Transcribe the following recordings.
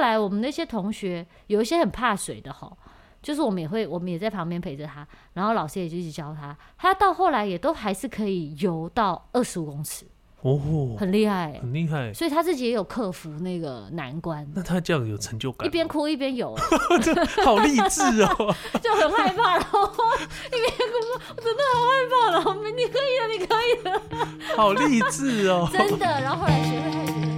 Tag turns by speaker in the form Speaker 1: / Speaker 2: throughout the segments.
Speaker 1: 来我们那些同学有一些很怕水的吼，就是我们也会，我们也在旁边陪着他，然后老师也就一直教他，他到后来也都还是可以游到二十五公尺，
Speaker 2: 哦，
Speaker 1: 很厉害欸、
Speaker 2: 很厉害。
Speaker 1: 所以他自己也有克服那个难关，
Speaker 2: 那他这样有成就感
Speaker 1: 一
Speaker 2: 吗，
Speaker 1: 边哭一边游欸、
Speaker 2: 好励志哦。
Speaker 1: 就很害怕，然后一边哭， 我真的很害怕，然后你可以的，你可以的，
Speaker 2: 好励志哦！
Speaker 1: 真的。然后后来学会还是。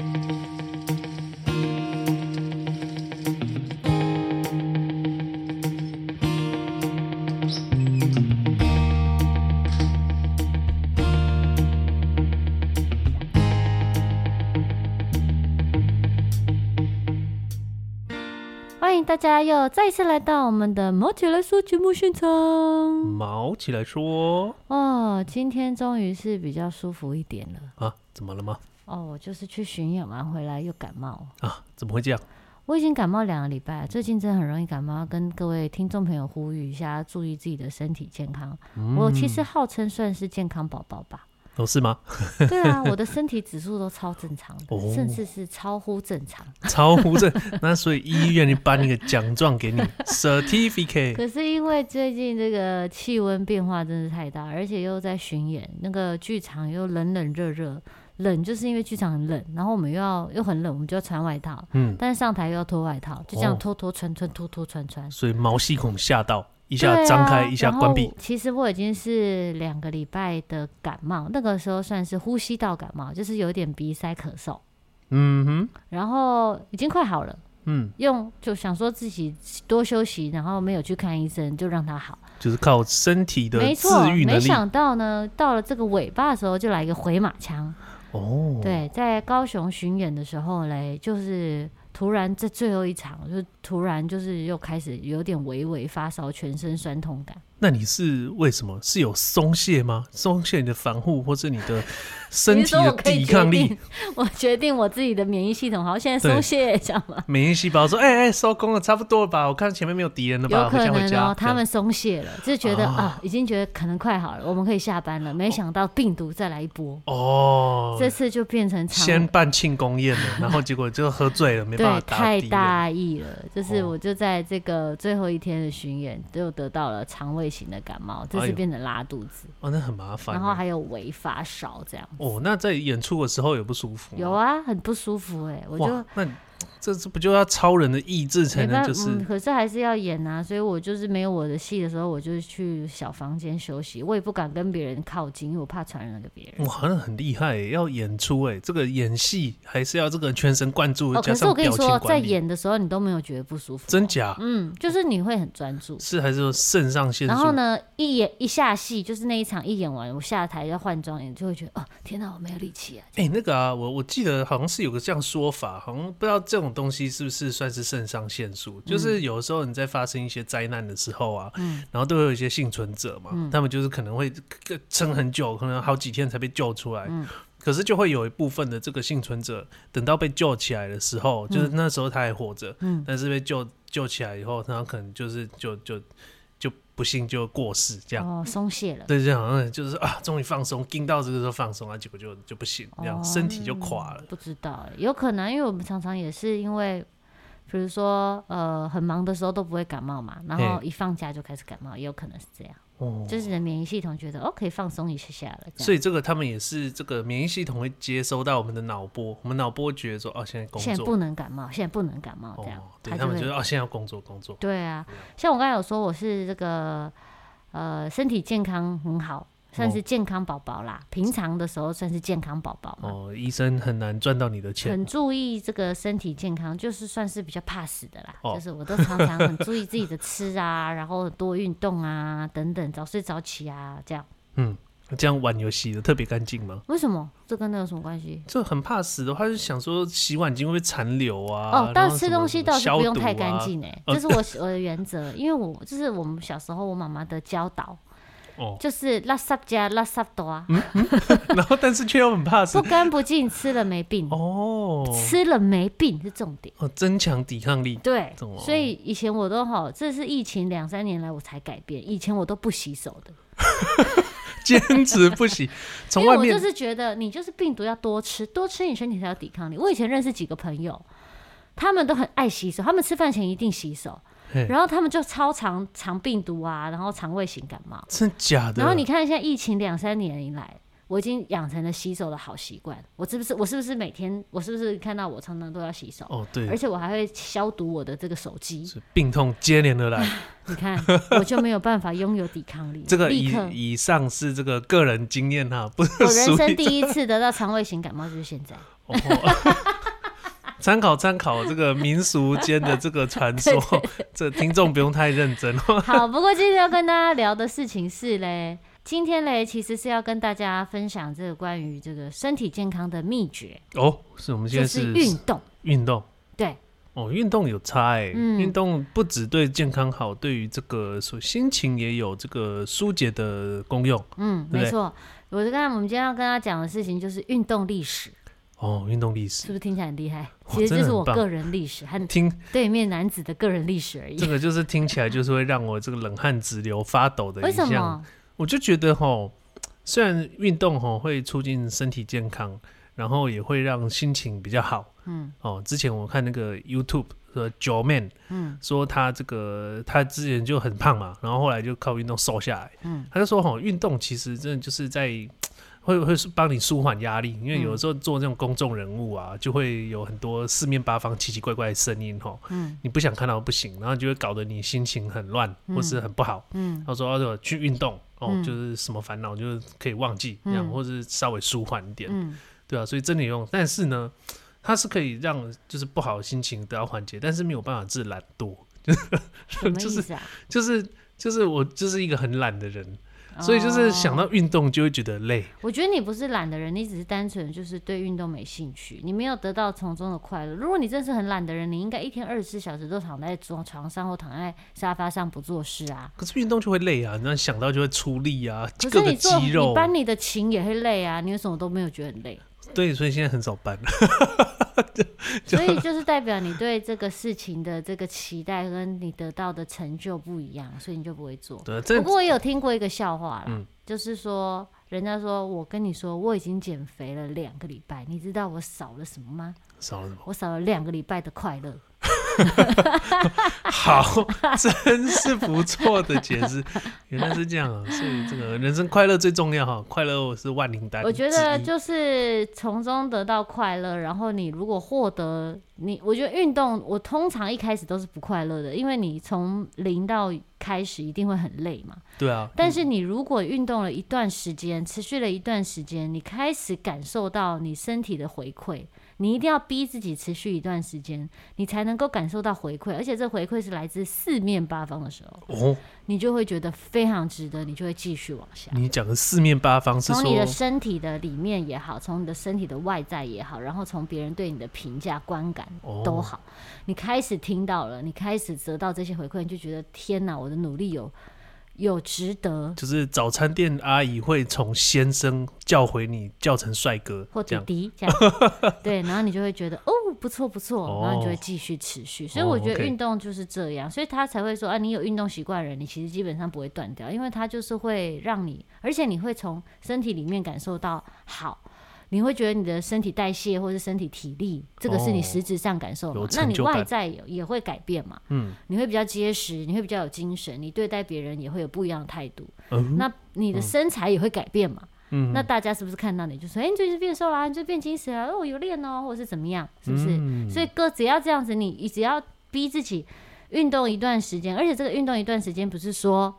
Speaker 1: 欢迎大家又再一次来到我们的《毛起来说》节目现场。
Speaker 2: 毛起来说
Speaker 1: 哦，今天终于是比较舒服一点了。
Speaker 2: 啊，怎么了吗？
Speaker 1: 哦，我就是去巡演完回来又感冒，
Speaker 2: 啊，怎么会这样？
Speaker 1: 我已经感冒两个礼拜了，最近真的很容易感冒，要跟各位听众朋友呼吁一下，注意自己的身体健康。我其实号称算是健康宝宝吧，
Speaker 2: 哦，是嗯吗？
Speaker 1: 对啊，我的身体指数都超正常的，
Speaker 2: 哦
Speaker 1: 甚至是超乎正常。
Speaker 2: 超乎这，那所以医院里颁一个奖 状给你，certificate。
Speaker 1: 可是因为最近这个气温变化真是太大，而且又在巡演，那个剧场又冷冷热热，冷就是因为剧场很冷，然后我们又要又很冷，我们就要穿外套，
Speaker 2: 嗯，
Speaker 1: 但是上台又要脱外套，就这
Speaker 2: 哦
Speaker 1: 样脱脱穿穿脱脱穿穿。
Speaker 2: 所以毛细孔吓到，一
Speaker 1: 一
Speaker 2: 下张开，一下关闭。
Speaker 1: 啊其实我已经是两个礼拜的感冒，那个时候算是呼吸道感冒，就是有点鼻塞、咳嗽，
Speaker 2: 嗯哼，
Speaker 1: 然后已经快好了。
Speaker 2: 嗯，
Speaker 1: 用就想说自己多休息，然后没有去看医生，就让它好。
Speaker 2: 就是靠身体的
Speaker 1: 没
Speaker 2: 自
Speaker 1: 错，
Speaker 2: 愈能
Speaker 1: 没
Speaker 2: 力。
Speaker 1: 想到呢，到了这个尾巴的时候，就来一个回马枪。
Speaker 2: 哦，，
Speaker 1: 对，在高雄巡演的时候嘞，就是突然在最后一场，就突然就是又开始有点微微发烧，全身酸痛感。
Speaker 2: 那你是为什么是有松懈吗？松懈你的防护，或是你的身
Speaker 1: 你
Speaker 2: 体
Speaker 1: 是说
Speaker 2: 的
Speaker 1: 我可以
Speaker 2: 抵
Speaker 1: 决
Speaker 2: 抗
Speaker 1: 定
Speaker 2: 力？
Speaker 1: 我决定我自己的免疫系统好，现在
Speaker 2: 对
Speaker 1: 松懈，这样吗？
Speaker 2: 免疫细胞说：“哎、哎、收工了，差不多了吧？我看前面没有敌人了吧？
Speaker 1: 有
Speaker 2: 回
Speaker 1: 可
Speaker 2: 家回
Speaker 1: 能
Speaker 2: 家。
Speaker 1: 哦，他们松懈了，就觉得
Speaker 2: 哦
Speaker 1: 啊，已经觉得可能快好了，我们可以下班了。没想到病毒再来一波，
Speaker 2: 这样哦，
Speaker 1: 这次就变成常
Speaker 2: 先办庆功宴 了，然后结果就喝醉了，没办
Speaker 1: 对
Speaker 2: 法，打
Speaker 1: 太
Speaker 2: 敌人。
Speaker 1: 大意了，就是
Speaker 2: 哦
Speaker 1: 我就在这个最后一天的巡演，就得到了肠胃型的感冒，这
Speaker 2: 哎
Speaker 1: 次
Speaker 2: 呦
Speaker 1: 变成拉肚子，
Speaker 2: 哦，那很麻烦。
Speaker 1: 然后还有微发烧这样。
Speaker 2: 哦，那在演出的时候也不舒服吗。
Speaker 1: 有啊，很不舒服哎、我就
Speaker 2: 哇，那这这不就要超人的意志才
Speaker 1: 没
Speaker 2: 能
Speaker 1: 办法，
Speaker 2: 就是
Speaker 1: 嗯，可是还是要演啊，所以我就是没有我的戏的时候，我就去小房间休息，我也不敢跟别人靠近，因为我怕传染给别人。
Speaker 2: 哇，那很厉害耶，要演出哎，这个演戏还是要这个全神贯注，
Speaker 1: 哦，
Speaker 2: 加
Speaker 1: 可是我
Speaker 2: 上
Speaker 1: 跟你
Speaker 2: 表
Speaker 1: 说，
Speaker 2: 情
Speaker 1: 在
Speaker 2: 管理。
Speaker 1: 演的时候你都没有觉得不舒服、
Speaker 2: 真？假
Speaker 1: 嗯，就是你会很专注。
Speaker 2: 是还是说肾上腺
Speaker 1: 然后
Speaker 2: 素？
Speaker 1: 呢，一演一下戏，就是那一场一演完，我下台要换装，也就会觉得哦，天哪，我没有力气啊！
Speaker 2: 哎、那个啊，我我记得好像是有个这样说法，好像不知道这种东西是不是算是肾上腺素，
Speaker 1: 嗯
Speaker 2: 就是有时候你在发生一些灾难的时候啊，然后都会有一些幸存者嘛，
Speaker 1: 嗯
Speaker 2: 他们就是可能会呃撑很久，可能好几天才被救出来。
Speaker 1: 嗯
Speaker 2: 可是就会有一部分的这个幸存者，等到被救起来的时
Speaker 1: 嗯
Speaker 2: 候，就是那时候他还活着，但是被救救起来以后，他可能就是就就就不幸就过世这样。
Speaker 1: 哦，松懈了。
Speaker 2: 对，就好像就是啊，终于放松，盯到这个时候放松啊，结果就就不行，这样、
Speaker 1: 哦
Speaker 2: 身体就垮了。
Speaker 1: 不知道、欸，有可能，因为我们常常也是因为，比如说呃，很忙的时候都不会感冒嘛，然后
Speaker 2: 嘿
Speaker 1: 一放假就开始感冒，也有可能是这样，
Speaker 2: 哦，
Speaker 1: 就是你的免疫系统觉得哦，可以放松一下下了，这
Speaker 2: 所
Speaker 1: 样。
Speaker 2: 以这个他们也是这个免疫系统会接收到我们的脑波，我们脑波觉得说哦，现在工
Speaker 1: 现在
Speaker 2: 作
Speaker 1: 不能感冒，现在不能感冒，这样，
Speaker 2: 哦，
Speaker 1: 他
Speaker 2: 对他
Speaker 1: 就
Speaker 2: 们
Speaker 1: 会
Speaker 2: 觉得哦，现在要工作工作。
Speaker 1: 对啊，像我刚才有说我是这个呃身体健康很好，算
Speaker 2: 哦
Speaker 1: 是健康宝宝啦。平常的时候算是健康宝宝嘛，
Speaker 2: 哦，医生很难赚到你的钱
Speaker 1: 很注意这个身体健康，就是算是比较怕死的啦。
Speaker 2: 哦
Speaker 1: 就是我都常常很注意自己的吃啊，然后多运动啊，等等，早睡早起啊，这样。
Speaker 2: 这样玩游戏的特别干净吗？
Speaker 1: 为什么？这跟那有什么关系？
Speaker 2: 就很怕死的话，就想说洗碗巾会不会残留啊？
Speaker 1: 哦，
Speaker 2: 然
Speaker 1: 但
Speaker 2: 后
Speaker 1: 吃
Speaker 2: 什么
Speaker 1: 东西倒是不用太干。
Speaker 2: 什么消毒啊
Speaker 1: 净 哎，
Speaker 2: 呃
Speaker 1: 这是我我的原则，因为我就是我们小时候我妈妈的教导，
Speaker 2: 哦，
Speaker 1: 就是垃圾加垃圾多啊，
Speaker 2: 嗯然后但是却又很怕死
Speaker 1: 不。干不净吃了没病，
Speaker 2: 哦
Speaker 1: 吃了没病是重点。
Speaker 2: 哦，增强抵抗力。
Speaker 1: 对
Speaker 2: 懂哦，
Speaker 1: 所以以前我都好，这是疫情两三年来我才改变，以前我都不洗手的，
Speaker 2: 坚持不洗，从
Speaker 1: 因为
Speaker 2: 外
Speaker 1: 我就
Speaker 2: 面
Speaker 1: 是觉得你就是病毒要多吃，多吃你身体才有抵抗力。我以前认识几个朋友，他们都很爱洗手，他们吃饭前一定洗手，
Speaker 2: 嘿
Speaker 1: 然后他们就超常肠病毒啊，然后肠胃型感冒。
Speaker 2: 真假的？
Speaker 1: 然后你看，现在疫情两三年以来，我已经养成了洗手的好习惯。我是不是我是不是每天我是不是看到我常常都要洗手？
Speaker 2: 哦，
Speaker 1: 而
Speaker 2: 对，
Speaker 1: 且我还会消毒我的这个手机，
Speaker 2: 是病痛接连 而来。
Speaker 1: 你看我就没有办法拥有抵抗力。
Speaker 2: 这个
Speaker 1: 立
Speaker 2: 以
Speaker 1: 刻，
Speaker 2: 以上是这个个人经验哈、不是
Speaker 1: 我人
Speaker 2: 属
Speaker 1: 生
Speaker 2: 于
Speaker 1: 第一次得到肠胃型感冒就是现 在。
Speaker 2: 哦参考参考这个民俗间的这个 传说，这听众不用太认真哦。
Speaker 1: 好，不过今天要跟大家聊的事情是嘞，今天嘞其实是要跟大家分享这个关于这个身体健康的秘诀，
Speaker 2: 哦，是我们现
Speaker 1: 就
Speaker 2: 在
Speaker 1: 是
Speaker 2: 是
Speaker 1: 运动。
Speaker 2: 运动。
Speaker 1: 对，
Speaker 2: 哦，运动有差哎、
Speaker 1: 嗯
Speaker 2: 运、动不只对健康好，对于这个所心情也有这个疏解的功用。
Speaker 1: 嗯，
Speaker 2: 对不
Speaker 1: 没
Speaker 2: 对
Speaker 1: 错。我是刚才我们今天要跟大家讲的事情就是运动历史，
Speaker 2: 哦，运动历史
Speaker 1: 是不是听起来很厉害？
Speaker 2: 哇
Speaker 1: 其实
Speaker 2: 真
Speaker 1: 就
Speaker 2: 的
Speaker 1: 是
Speaker 2: 很
Speaker 1: 我
Speaker 2: 棒
Speaker 1: 个人历史和
Speaker 2: 听
Speaker 1: 对面男子的个人历史而已
Speaker 2: 这。个就是听起来就是会让我这个冷汗直流、发抖的
Speaker 1: 为
Speaker 2: 一
Speaker 1: 什
Speaker 2: 项。
Speaker 1: 么？
Speaker 2: 我就觉得吼，虽然运动吼会促进身体健康，然后也会让心情比较好。
Speaker 1: 嗯
Speaker 2: 哦，之前我看那个 YouTube 和 Joe Man
Speaker 1: 嗯
Speaker 2: 说他这个他之前就很胖嘛，然后后来就靠运动瘦下来。
Speaker 1: 嗯，
Speaker 2: 他就说吼，运动其实真的就是在会会是帮你舒缓压力，
Speaker 1: 嗯
Speaker 2: 因为有的时候做这种公众人物啊，就会有很多四面八方奇奇怪怪的声音吼，
Speaker 1: 嗯
Speaker 2: 你不想看到不行，然后就会搞得你心情很乱
Speaker 1: 嗯
Speaker 2: 或是很不好。
Speaker 1: 嗯
Speaker 2: 他说啊对去运动哦，
Speaker 1: 嗯
Speaker 2: 就是什么烦恼就是可以忘记这样，
Speaker 1: 嗯
Speaker 2: 或是稍微舒缓一点，
Speaker 1: 嗯，
Speaker 2: 对啊，所以真的有用，但是呢。它是可以让就是不好的心情得到缓解，但是没有办法治懒惰，
Speaker 1: 什么
Speaker 2: 就
Speaker 1: 意
Speaker 2: 是
Speaker 1: 思啊？
Speaker 2: 就是就是我就是一个很懒的人，所以就是想到
Speaker 1: 哦，
Speaker 2: 运动就会觉得累。
Speaker 1: 我觉得你不是懒的人，你只是单纯就是对运动没兴趣，你没有得到从中的快乐。如果你真是很懒的人，你应该一天二十四小时都躺在床床上或躺在沙发上不做事啊。
Speaker 2: 可是运动就会累啊，那想到就会出力啊，
Speaker 1: 可
Speaker 2: 各
Speaker 1: 是
Speaker 2: 个
Speaker 1: 你做
Speaker 2: 肌
Speaker 1: 你
Speaker 2: 肉。
Speaker 1: 搬你的琴也会累啊，你为什么都没有觉得很 累？
Speaker 2: 对，所以现在很少搬。
Speaker 1: 所以就是代表你对这个事情的这个期待跟你得到的成就不一样，所以你就不会做。
Speaker 2: 对，啊
Speaker 1: 不
Speaker 2: 这
Speaker 1: 过我有听过一个笑话啦，
Speaker 2: 嗯
Speaker 1: 就是说人家说我跟你说我已经减肥了两个礼拜，你知道我少了什么吗？
Speaker 2: 少了什么？
Speaker 1: 我少了两个礼拜的快乐。
Speaker 2: 好，真是不错的解释。原来是这样啊，所以这个人生快乐最重要哈、快乐是万灵丹之
Speaker 1: 我
Speaker 2: 一。
Speaker 1: 觉得就是从中得到快乐，然后你如果获得你，我觉得运动我通常一开始都是不快乐的，因为你从零到开始一定会很累嘛。
Speaker 2: 对啊，
Speaker 1: 但是你如果运动了一段时间，持续了一段时间，你开始感受到你身体的回馈，你一定要逼自己持续一段时间，你才能够感受到回馈，而且这回馈是来自四面八方的时候，
Speaker 2: 哦，
Speaker 1: 你就会觉得非常值得，你就会继续往下。
Speaker 2: 你讲的四面八方嗯是
Speaker 1: 从你的
Speaker 2: 说，
Speaker 1: 身体的里面也好，从你的身体的外在也好，然后从别人对你的评价、观感
Speaker 2: 哦
Speaker 1: 都好，你开始听到了，你开始得到这些回馈，你就觉得天哪，我的努力有有值得，
Speaker 2: 就是早餐店阿姨会从先生叫回你，叫成帅哥
Speaker 1: 或
Speaker 2: 这
Speaker 1: 弟
Speaker 2: 样。
Speaker 1: 弟这样， 对，然后你就会觉得哦不错不错，然后你就会
Speaker 2: 哦
Speaker 1: 继续持续。所以
Speaker 2: 哦
Speaker 1: 我觉得
Speaker 2: ，OK
Speaker 1: 运动就是这样，所以他才会说啊，你有运动习惯的人，你其实基本上不会断掉，因为它就是会让你，而且你会从身体里面感受到好。你会觉得你的身体代谢或是身体体力，这个是你
Speaker 2: 哦
Speaker 1: 实质上感受嘛
Speaker 2: 有？
Speaker 1: 那
Speaker 2: 成
Speaker 1: 你
Speaker 2: 就感
Speaker 1: 外在也也会改变嘛？
Speaker 2: 嗯，
Speaker 1: 你会比较结实，你会比较有精神，你对待别人也会有不一样的态度。
Speaker 2: 嗯
Speaker 1: 那你的身材也会改变嘛？
Speaker 2: 嗯
Speaker 1: 那大家是不是看到你就说，哎、你最近变瘦啦、你最近变精神啊，哦，有练哦，或者是怎么样，是不是？
Speaker 2: 嗯
Speaker 1: 所以哥只要这样子，你你只要逼自己运动一段时间，而且这个运动一段时间不是说。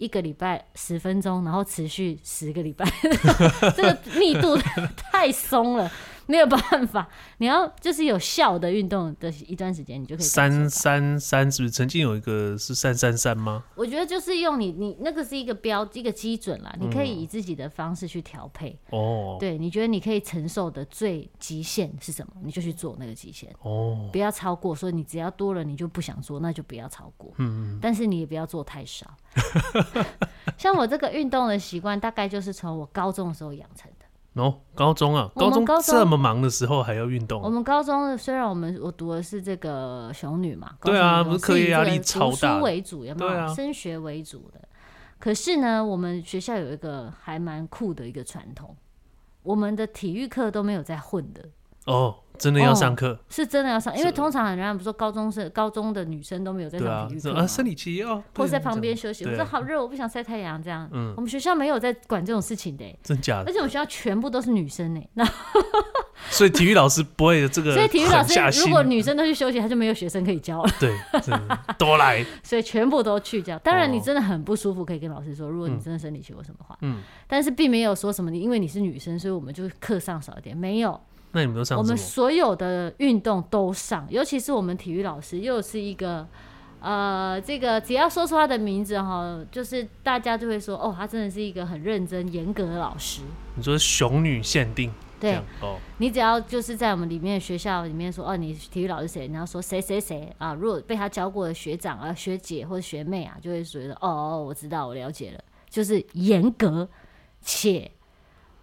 Speaker 1: 一个礼拜十分钟，然后持续十个礼拜， 这个密度太松了，没有办法。你要就是有效的运动的一段时间，你就可以感受
Speaker 2: 三
Speaker 1: 到
Speaker 2: 三三是不是曾经有一个是三三三吗？
Speaker 1: 我觉得就是用你你那个是一个标一个基准啦，你可以以自己的方式去调配。
Speaker 2: 哦
Speaker 1: 对，你觉得你可以承受的最极限是什么，你就去做那个极限，
Speaker 2: 哦，
Speaker 1: 不要超过。说你只要多了你就不想做，那就不要超过。嗯，但是你也不要做太少。 像我这个运动的习惯，大概就是从我高中的时候养成的。
Speaker 2: 然后高中啊，
Speaker 1: 我们
Speaker 2: 高中
Speaker 1: 高中
Speaker 2: 这么忙的时候还要运
Speaker 1: 我
Speaker 2: 动，啊
Speaker 1: 们高中的虽然我们我读的是这个雄女嘛，
Speaker 2: 对啊
Speaker 1: 高中的时
Speaker 2: 不
Speaker 1: 候
Speaker 2: 是
Speaker 1: 以
Speaker 2: 课业压力
Speaker 1: 这个
Speaker 2: 超大
Speaker 1: 读
Speaker 2: 的
Speaker 1: 书为主，有没有？
Speaker 2: 对啊
Speaker 1: 升学为主的。可是呢，我们学校有一个还蛮酷的一个传统，我们的体育课都没有在混的。
Speaker 2: 哦，真的要上课，
Speaker 1: 是真的要上，因为
Speaker 2: 是
Speaker 1: 通常很多人家不是说高中生、高中的女生都没有在
Speaker 2: 对啊
Speaker 1: 上体育，课
Speaker 2: 说
Speaker 1: 吗、
Speaker 2: 啊生理期哦，
Speaker 1: 或是在
Speaker 2: 不能
Speaker 1: 旁边哦
Speaker 2: 这样
Speaker 1: 休息，
Speaker 2: 对啊
Speaker 1: 或者好热，我不想晒太阳这样。
Speaker 2: 嗯
Speaker 1: 我们学校没有在管这种事情的欸、
Speaker 2: 真假
Speaker 1: 而
Speaker 2: 的，
Speaker 1: 且我们学校全部都是女生呢、那
Speaker 2: 所以体育老师不会有这 个
Speaker 1: 所以体育老
Speaker 2: 狠下
Speaker 1: 师如
Speaker 2: 心啊
Speaker 1: 果女生都去休息，他就没有学生可以教了，
Speaker 2: 对真 的多来，
Speaker 1: 所以全部都去教。当然，
Speaker 2: 哦
Speaker 1: 你真的很不舒服，可以跟老师说，如果你
Speaker 2: 嗯
Speaker 1: 真的生理期或什么话，
Speaker 2: 嗯，
Speaker 1: 但是并没有说什么你因为你是女生，所以我们就课上少一点，没有，
Speaker 2: 那你们都
Speaker 1: 我
Speaker 2: 上什
Speaker 1: 们
Speaker 2: 么？
Speaker 1: 所有的运动都上，尤其是我们体育老师又是一个，呃，这个只要说出他的名字哈，就是大家就会说哦，他真的是一个很认真严格的老师。
Speaker 2: 你说熊女限定这
Speaker 1: 对
Speaker 2: 样哦，
Speaker 1: 你只要就是在我们里面的学校里面说哦，你体育老师谁，然后说谁谁谁啊，如果被他教过的学长啊、学姐或者学妹啊，就会觉得哦哦，我知道，我了解了，就是严格且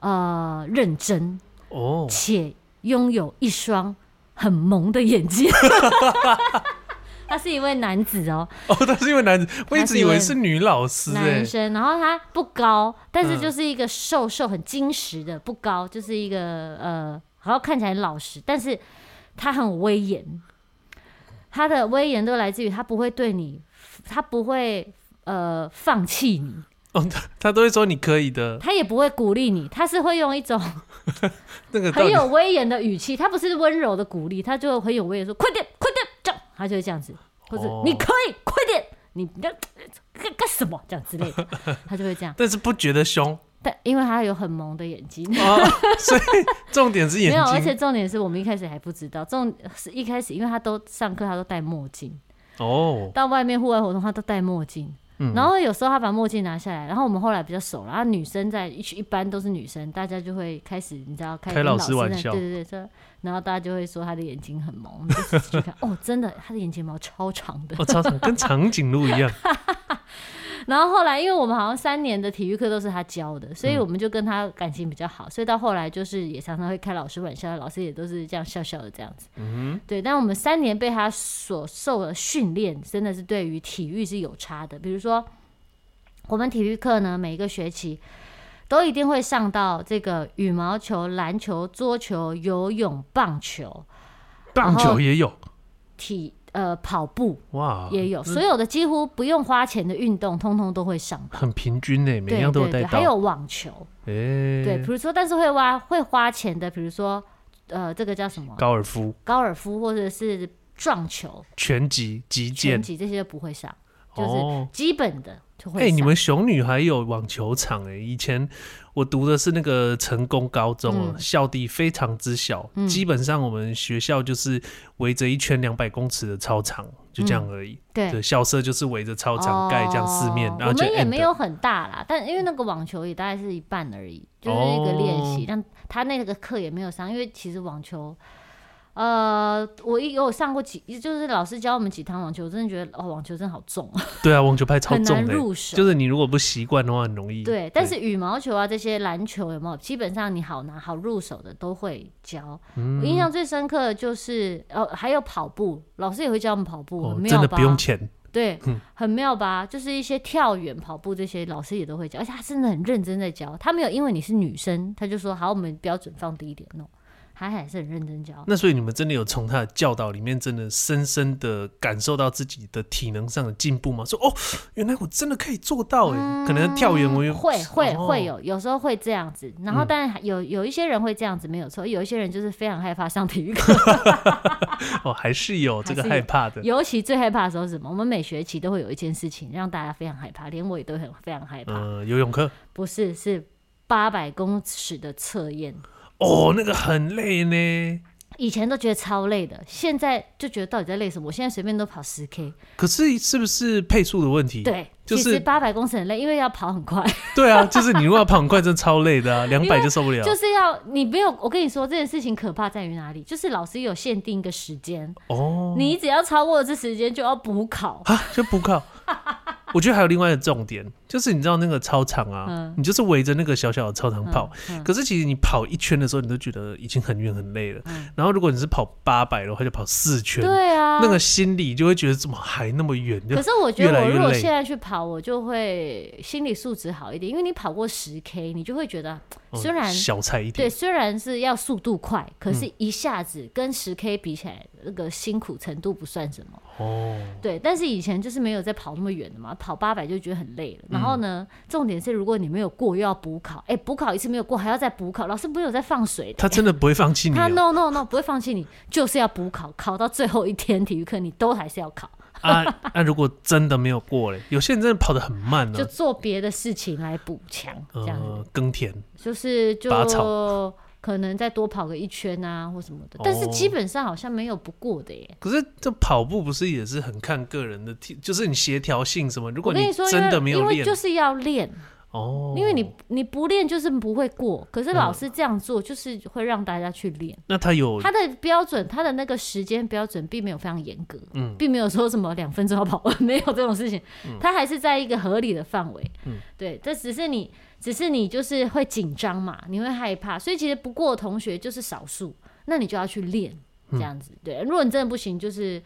Speaker 1: 呃认真，
Speaker 2: 哦，
Speaker 1: 且拥有一双很萌的眼睛。 他是一位男子哦，
Speaker 2: 哦， 他是因为男子，我一直以为是女老师哎、
Speaker 1: 男生，然后他不高，但是
Speaker 2: 嗯
Speaker 1: 就是一个瘦瘦很矜持的，不高，就是一个呃，然后看起来很老实，但是他很威严，他的威严都来自于他不会对你，他不会呃放弃你，
Speaker 2: 欸他都会说你可以的，
Speaker 1: 他也不会鼓励你，他是会用一种
Speaker 2: 那个到
Speaker 1: 很
Speaker 2: 底
Speaker 1: 有威严的语气，他不是温柔的鼓励，他就很有威严地说：“快点，快点，这样。”他就会这样子，或者、
Speaker 2: 哦
Speaker 1: 你可以快点，你你要干干什么这样之类的，他就会这样。
Speaker 2: 但是不觉 得凶
Speaker 1: 但因为他有很萌的眼 睛，
Speaker 2: 哦，所以重点是眼
Speaker 1: 没有，而
Speaker 2: 睛
Speaker 1: 且重点是我们一开始还不知道，重是一开始因为他都上课他都戴墨镜，
Speaker 2: 哦，
Speaker 1: 到外面户外活动他都戴墨镜。
Speaker 2: 嗯
Speaker 1: 然后有时候他把墨镜拿下来，然后我们后来比较熟了，然后女生在一一般都是女生，大家就会开始你知道开
Speaker 2: 开
Speaker 1: 跟
Speaker 2: 老师
Speaker 1: 师
Speaker 2: 玩
Speaker 1: 那
Speaker 2: 笑
Speaker 1: 对对对，说然后大家就会说他的眼睛很萌，我们就去看 哦，真的他的眼睫毛超长的。
Speaker 2: 我操场哦跟长颈鹿一 样，
Speaker 1: 然后后来因为我们好像三年的体育课都是他教的，所以我们就跟他感情比较好，所以到后来就是也常常会开老师玩笑，老师也都是这样笑笑的这样子。
Speaker 2: 嗯
Speaker 1: 对，但我们三年被他所受的训练，真的是对于体育是有差的。比如说，我们体育课呢，每一个学期都一定会上到这个羽毛球、篮球、桌球、游泳、棒球、
Speaker 2: 哼，棒
Speaker 1: 然后
Speaker 2: 球也有
Speaker 1: 体呃跑步
Speaker 2: 哇，
Speaker 1: 也有，
Speaker 2: 嗯
Speaker 1: 所有的几乎不用花钱的运动，通通都会上。
Speaker 2: 很平均呢，每
Speaker 1: 对
Speaker 2: 样都
Speaker 1: 对
Speaker 2: 有带
Speaker 1: 对，
Speaker 2: 到，
Speaker 1: 还有网球，对，
Speaker 2: 哎
Speaker 1: 比，如说，但是会花会花钱的，比如说呃，这个叫什么
Speaker 2: 高尔夫、
Speaker 1: 高尔夫或者是撞球、
Speaker 2: 拳击、击
Speaker 1: 拳
Speaker 2: 剑，
Speaker 1: 击这些都不会上。就是
Speaker 2: 哦。
Speaker 1: 基本的就会
Speaker 2: 哎、
Speaker 1: 上。
Speaker 2: 你们熊女还有网球场哎、以前我读的是那个成功高中哦、
Speaker 1: 嗯
Speaker 2: 校地非常之小，
Speaker 1: 嗯
Speaker 2: 基本上我们学校就是围着一圈两百公尺的操场，就这样而已。
Speaker 1: 嗯对
Speaker 2: 对，校舍就是围着操场盖这样四面，
Speaker 1: 哦
Speaker 2: 然
Speaker 1: 我
Speaker 2: 后就
Speaker 1: 们也
Speaker 2: end
Speaker 1: 没有很大啦，但因为那个网球也大概是一半而已，就是一个练习，
Speaker 2: 哦
Speaker 1: 但他那个课也没有上，因为其实网球。呃，我也有上过几，就是老师教我们几堂网球，我真的觉得哦，网球真的好重，
Speaker 2: 对啊，网球拍超
Speaker 1: 很难
Speaker 2: 重的欸、
Speaker 1: 入手。
Speaker 2: 就是你如果不习惯的话，很容易
Speaker 1: 对，但是羽毛球啊，这些篮球有没有？基本上你好拿好入手的都会教。
Speaker 2: 嗯
Speaker 1: 我印象最深刻的就是哦，还有跑步，老师也会教我们跑步，
Speaker 2: 哦
Speaker 1: 很，妙
Speaker 2: 真的
Speaker 1: 吧
Speaker 2: 不用钱，
Speaker 1: 对，
Speaker 2: 嗯
Speaker 1: 很妙吧？就是一些跳远、跑步这些，老师也都会教，而且他真的很认真在教。他没有因为你是女生，他就说好，我们标准放低一点弄，他还是很认真教。
Speaker 2: 那所以你们真的有从他的教导里面，真的深深的感受到自己的体能上的进步吗？说 哦，原来我真的可以做到哎、可能跳远我也
Speaker 1: 嗯会会
Speaker 2: 哦
Speaker 1: 会有，有时候会这样子。然后，
Speaker 2: 嗯
Speaker 1: 但有有一些人会这样子没有错，有一些人就是非常害怕上体育课，
Speaker 2: 哦，还是有
Speaker 1: 还是
Speaker 2: 这
Speaker 1: 有
Speaker 2: 个害怕的
Speaker 1: 尤其最害怕的时候是什么？我们每学期都会有一件事情让大家非常害怕，连我也都很非常害怕。
Speaker 2: 嗯、游泳课
Speaker 1: 不是，是八百公尺的测验。
Speaker 2: 哦，那个很累呢。
Speaker 1: 以前都觉得超累的，现在就觉得到底在累什么？我现在随便都跑十 K，
Speaker 2: 可是是不是配速的问题？
Speaker 1: 对，
Speaker 2: 嗯就是
Speaker 1: 其实八百公尺很累，因为要跑很快，
Speaker 2: 对啊，就是你如果要跑很快，真的超累的、啊，两百就受不 了。
Speaker 1: 就是要你没有。我跟你说，这件事情可怕在于哪里？就是老师有限定一个时间，
Speaker 2: 哦，
Speaker 1: 你只要超过这时间就要补考。
Speaker 2: 啊，就补考。我觉得还有另外一个重点，就是你知道那个操场啊，
Speaker 1: 嗯
Speaker 2: 你就是围着那个小小的操场跑，
Speaker 1: 嗯嗯
Speaker 2: 可是其实你跑一圈的时候，你都觉得已经很远很累了。
Speaker 1: 嗯
Speaker 2: 然后如果你是跑八百的话，就跑四圈，
Speaker 1: 对啊，
Speaker 2: 那个心里就会觉得怎么还那么远？就
Speaker 1: 可是我觉
Speaker 2: 越
Speaker 1: 得，
Speaker 2: 来
Speaker 1: 我
Speaker 2: 越
Speaker 1: 如果
Speaker 2: 累
Speaker 1: 现在去跑，我就会心理素质好一点，因为你跑过十 K，你就会觉得，
Speaker 2: 哦
Speaker 1: 虽然
Speaker 2: 小菜一
Speaker 1: 对，
Speaker 2: 碟，
Speaker 1: 虽然是要速度快，可是一下子跟十 K 比起来，那个辛苦程度不算什么。
Speaker 2: 哦，
Speaker 1: 对，但是以前就是没有在跑那么远的嘛，
Speaker 2: 嗯
Speaker 1: 跑八百就觉得很累了。然后呢，重点是如果你没有过，又要补考，哎、补考一次没有过，还要再补考，老师不是有在放水的。
Speaker 2: 他真的不会放弃 你
Speaker 1: 他
Speaker 2: 啊
Speaker 1: no no no 不会放弃你，就是要补考，考到最后一天体育课你都还是要考，
Speaker 2: 啊！那如果真的没有过嘞，有些人真的跑得很慢
Speaker 1: 就
Speaker 2: 呢，
Speaker 1: 做别的事情来补强，这样子。
Speaker 2: 呃，耕田
Speaker 1: 就是就
Speaker 2: 拔
Speaker 1: 可能再多跑个一圈啊或什么的
Speaker 2: 哦，
Speaker 1: 但是基本上好像没有不过的耶。
Speaker 2: 可是这跑步不是也是很看个人的体，就是你协调性什么。如
Speaker 1: 我
Speaker 2: 果
Speaker 1: 跟
Speaker 2: 你
Speaker 1: 你说，因
Speaker 2: 真的
Speaker 1: 为
Speaker 2: 没
Speaker 1: 因
Speaker 2: 有
Speaker 1: 为
Speaker 2: 练
Speaker 1: 就是要练，
Speaker 2: 哦，嗯
Speaker 1: 因为你你不练就是不会过。可是老师这样做就是会让大家去练，
Speaker 2: 那他有
Speaker 1: 他的标准，他的那个时间标准并没有非常严格，
Speaker 2: 嗯
Speaker 1: 并没有说什么两分钟要跑 完，没有这种事情，他还是在一个合理的范围。
Speaker 2: 嗯
Speaker 1: 对，这只是你，只是你就是会紧张嘛，你会害怕，所以其实不过的同学就是少数，那你就要去练
Speaker 2: 嗯
Speaker 1: 这样子。对，如果你真的不行，就是。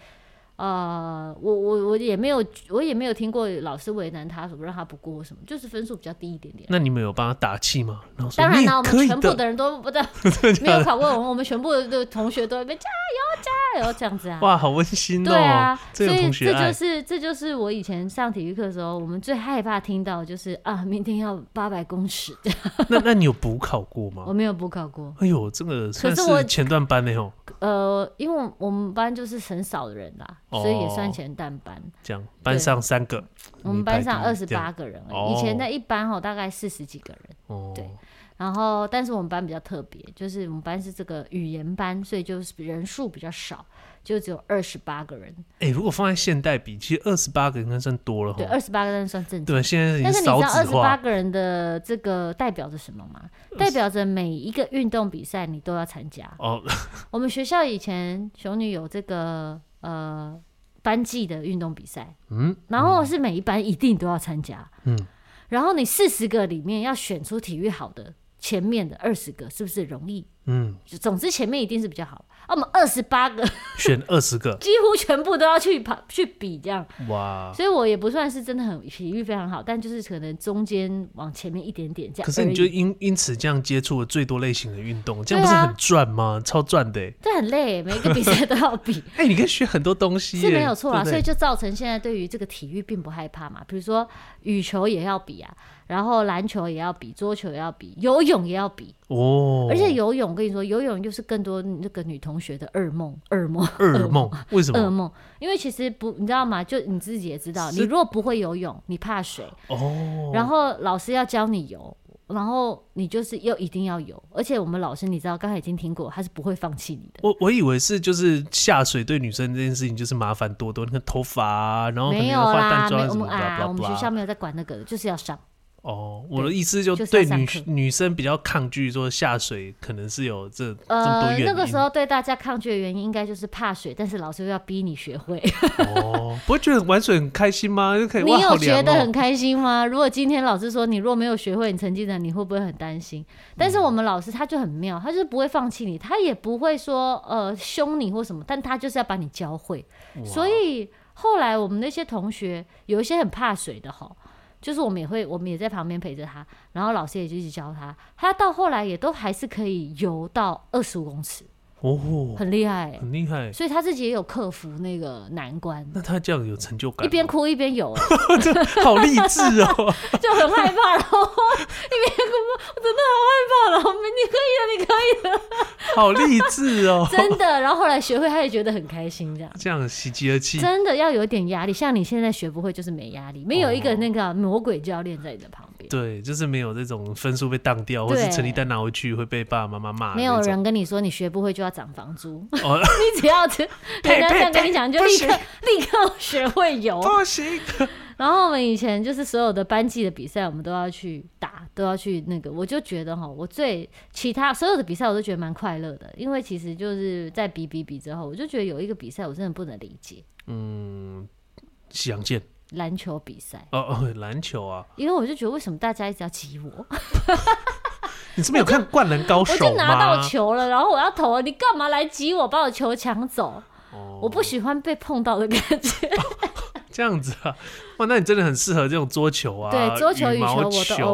Speaker 1: 呃，我我我也没有，我也没有听过老师为难他什么，让他不过什么，就是分数比较低一点点。
Speaker 2: 那你们有帮他打气吗？然后说
Speaker 1: 当然
Speaker 2: 你
Speaker 1: 啦，
Speaker 2: 也
Speaker 1: 我们
Speaker 2: 可以
Speaker 1: 全部
Speaker 2: 的，
Speaker 1: 的人 都不知道没有考过我们，我们全部的同学都在那边加油加油这样子啊。
Speaker 2: 哇，好温馨哦！
Speaker 1: 对啊，所
Speaker 2: 这有
Speaker 1: 以这
Speaker 2: 同学哎
Speaker 1: 就
Speaker 2: 爱，
Speaker 1: 是这就是我以前上体育课的时候，我们最害怕听到的就是啊，明天要八百公尺，
Speaker 2: 那 那你有补考过
Speaker 1: 我
Speaker 2: 吗？
Speaker 1: 没有补考过。
Speaker 2: 哎呦，这个算
Speaker 1: 可是我
Speaker 2: 是前段班的哦，
Speaker 1: 呃，因为我们班就是很少的人啦，
Speaker 2: 哦
Speaker 1: 所以也算前段班。
Speaker 2: 这样班上三个，
Speaker 1: 我们班上
Speaker 2: 你
Speaker 1: 二
Speaker 2: 排第
Speaker 1: 十
Speaker 2: 一这样
Speaker 1: 八个人而
Speaker 2: 哦
Speaker 1: 已，以前在一班哦大概四十几个人。
Speaker 2: 哦，
Speaker 1: 对然后，但是我们班比较特别，就是我们班是这个语言班，所以就是人数比较少，就只有二十八个人。
Speaker 2: 哎、如果放在现代比，其实二十八个应该算多了
Speaker 1: 对，
Speaker 2: 哈。
Speaker 1: 二十八个人算正常。
Speaker 2: 哦对，现在已
Speaker 1: 但
Speaker 2: 经
Speaker 1: 是你知道
Speaker 2: 少
Speaker 1: 二
Speaker 2: 子
Speaker 1: 十八
Speaker 2: 化，呃
Speaker 1: 个人的这个代表着什么吗？
Speaker 2: 20
Speaker 1: 代表着每一个运动比赛你都要参加。
Speaker 2: 哦，
Speaker 1: 我们学校以前熊女有这个呃班级的运动比赛，
Speaker 2: 嗯，
Speaker 1: 然后是每一班一定都要参加，
Speaker 2: 嗯，
Speaker 1: 然后你四十个里面要选出体育好的前面的二十个，是不是容易？
Speaker 2: 嗯，
Speaker 1: 就总之前面一定是比较好。啊，我们二十八个
Speaker 2: 选二十 个，
Speaker 1: 几乎全部都要去跑去比这样，
Speaker 2: 哇！
Speaker 1: 所以我也不算是真的很体育非常好，但就是可能中间往前面一点点这样而已。
Speaker 2: 可是你就因因此这样接触了最多类型的运动，这样
Speaker 1: 对
Speaker 2: 不是
Speaker 1: 啊
Speaker 2: 很赚吗？超赚的欸！
Speaker 1: 这很累，每一个比赛都要 比。
Speaker 2: 哎、你可以学很多东西
Speaker 1: 是
Speaker 2: 耶，
Speaker 1: 没有错啦，啊
Speaker 2: 对
Speaker 1: 所以
Speaker 2: 不对
Speaker 1: 就造成现在对于这个体育并不害怕嘛。比如说羽球也要比啊，然后篮球也要比，桌球也要比，游泳也要比。
Speaker 2: 哦，
Speaker 1: 而且游泳，我跟你说，游泳就是更多那个女同学的噩梦，噩梦，
Speaker 2: 噩梦为什
Speaker 1: 噩
Speaker 2: 么？
Speaker 1: 梦。因为其实不，你知道吗？就你自己也知道，
Speaker 2: 是
Speaker 1: 你如果不会游泳，你怕水，
Speaker 2: 哦，
Speaker 1: 然后老师要教你游。然后你就是又一定要游，而且我们老师你知道，刚才已经听过，他是不会放弃你的。
Speaker 2: 我我以为是就是下水对女生这件事情就是麻烦多多，那个头发、啊，然后可能
Speaker 1: 没有
Speaker 2: 要化
Speaker 1: 啦，
Speaker 2: 淡
Speaker 1: 没
Speaker 2: 妆
Speaker 1: 有我
Speaker 2: 什么
Speaker 1: 们
Speaker 2: 的，
Speaker 1: 啊，我
Speaker 2: blah
Speaker 1: 们
Speaker 2: blah
Speaker 1: 学校
Speaker 2: blah。
Speaker 1: 没有在管那个的，就是要上。
Speaker 2: 哦，我的意思就
Speaker 1: 就是
Speaker 2: 对
Speaker 1: 要
Speaker 2: 女
Speaker 1: 上课
Speaker 2: 女生比较抗拒说下水，可能是有这这么多
Speaker 1: 呃，
Speaker 2: 原因。
Speaker 1: 那个时候对大家抗拒的原因，应该就是怕水，但是老师又要逼你学会。
Speaker 2: 哦，不会觉得玩水很开心吗？就可以
Speaker 1: 你
Speaker 2: 哇，好
Speaker 1: 有觉
Speaker 2: 凉
Speaker 1: 得很
Speaker 2: 哦。
Speaker 1: 开心吗？如果今天老师说你若没有学会，你成绩呢，你会不会很担心？但
Speaker 2: 嗯
Speaker 1: 是我们老师他就很妙，他就是不会放弃你，他也不会说呃凶你或什么，但他就是要把你教会。所以后来我们那些同学有一些很怕水的吼。就是我们也会，我们也在旁边陪着他，然后老师也就一直教他，他到后来也都还是可以游到二十五公尺，
Speaker 2: 哦，
Speaker 1: 很厉害、欸。
Speaker 2: 很厉害。
Speaker 1: 所以他自己也有克服那个难关，
Speaker 2: 那他这样有成就感
Speaker 1: 一
Speaker 2: 吗，
Speaker 1: 边哭一边游、欸
Speaker 2: 好励志哦。
Speaker 1: 就很害怕，然后一边哭，我真的好害怕，然后你可以的，你可以
Speaker 2: 好励志哦，
Speaker 1: 真的。然后后来学会，他也觉得很开心，这样
Speaker 2: 这样喜极而泣。
Speaker 1: 真的要有点压力。像你现在学不会，就是没压力，没有一个那个魔鬼教练在你的旁边，
Speaker 2: 对，就是没有这种分数被当掉，或是
Speaker 1: 对
Speaker 2: 成绩单拿回去会被爸爸妈妈骂的
Speaker 1: 没
Speaker 2: 啊那
Speaker 1: 有
Speaker 2: 种。
Speaker 1: 人跟你说你学不会就要涨房租，
Speaker 2: 哦，
Speaker 1: 你只 要人家这样跟你讲，你就立刻立刻学会游。
Speaker 2: 哦不行，
Speaker 1: 然后我们以前就是所有的班级的比赛，我们都要去打，都要去那个。我就觉得哈，我最其他所有的比赛我都觉得蛮快乐的，因为其实就是在比比比之后，我就觉得有一个比赛我真的不能理解，
Speaker 2: 嗯，西洋剑
Speaker 1: 篮球比赛，
Speaker 2: 哦哦，篮球啊，
Speaker 1: 因为我就觉得为什么大家一直要挤我，
Speaker 2: 你是没有看《灌篮高手
Speaker 1: 我》就拿到
Speaker 2: 吗？
Speaker 1: 球了，然后我要投了，你干嘛来挤我，把我球抢走？
Speaker 2: 哦
Speaker 1: 我不喜欢被碰到的感觉。
Speaker 2: 这样子啊，哇，那你真的很适合这种桌球啊，
Speaker 1: 对桌球
Speaker 2: 羽
Speaker 1: 羽球
Speaker 2: 毛
Speaker 1: 我都
Speaker 2: 球啊